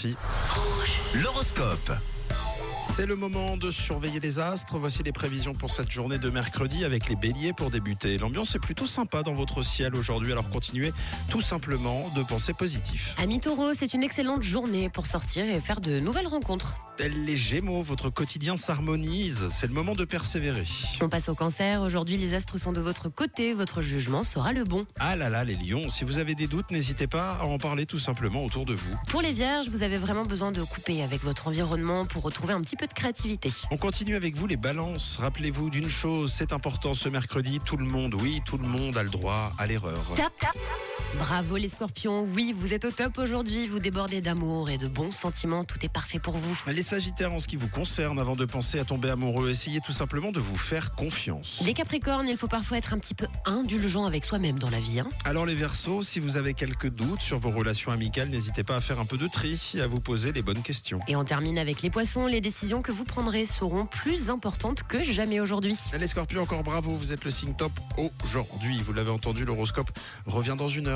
Si. L'horoscope. C'est le moment de surveiller les astres. Voici les prévisions pour cette journée de mercredi avec les béliers pour débuter. L'ambiance est plutôt sympa dans votre ciel aujourd'hui, alors continuez tout simplement de penser positif. Amis taureaux, c'est une excellente journée pour sortir et faire de nouvelles rencontres. Tels les gémeaux, votre quotidien s'harmonise. C'est le moment de persévérer. On passe au cancer. Aujourd'hui, les astres sont de votre côté. Votre jugement sera le bon. Ah là là, les lions, si vous avez des doutes, n'hésitez pas à en parler tout simplement autour de vous. Pour les vierges, vous avez vraiment besoin de couper avec votre environnement pour retrouver un petit peu de créativité. On continue avec vous les balances. Rappelez-vous d'une chose, c'est important ce mercredi, tout le monde, oui, tout le monde a le droit à l'erreur. Tap, tap. Bravo les scorpions. Oui, vous êtes au top aujourd'hui. Vous débordez d'amour et de bons sentiments. Tout est parfait pour vous. Les sagittaires, en ce qui vous concerne, avant de penser à tomber amoureux, essayez tout simplement de vous faire confiance. Les capricornes, il faut parfois être un petit peu indulgent avec soi-même dans la vie. hein. Alors les Verseaux, si vous avez quelques doutes sur vos relations amicales, n'hésitez pas à faire un peu de tri et à vous poser les bonnes questions. Et on termine avec les poissons. Les décisions que vous prendrez seront plus importantes que jamais aujourd'hui. Les Scorpions, encore bravo, vous êtes le signe top aujourd'hui. Vous l'avez entendu, l'horoscope revient dans une heure.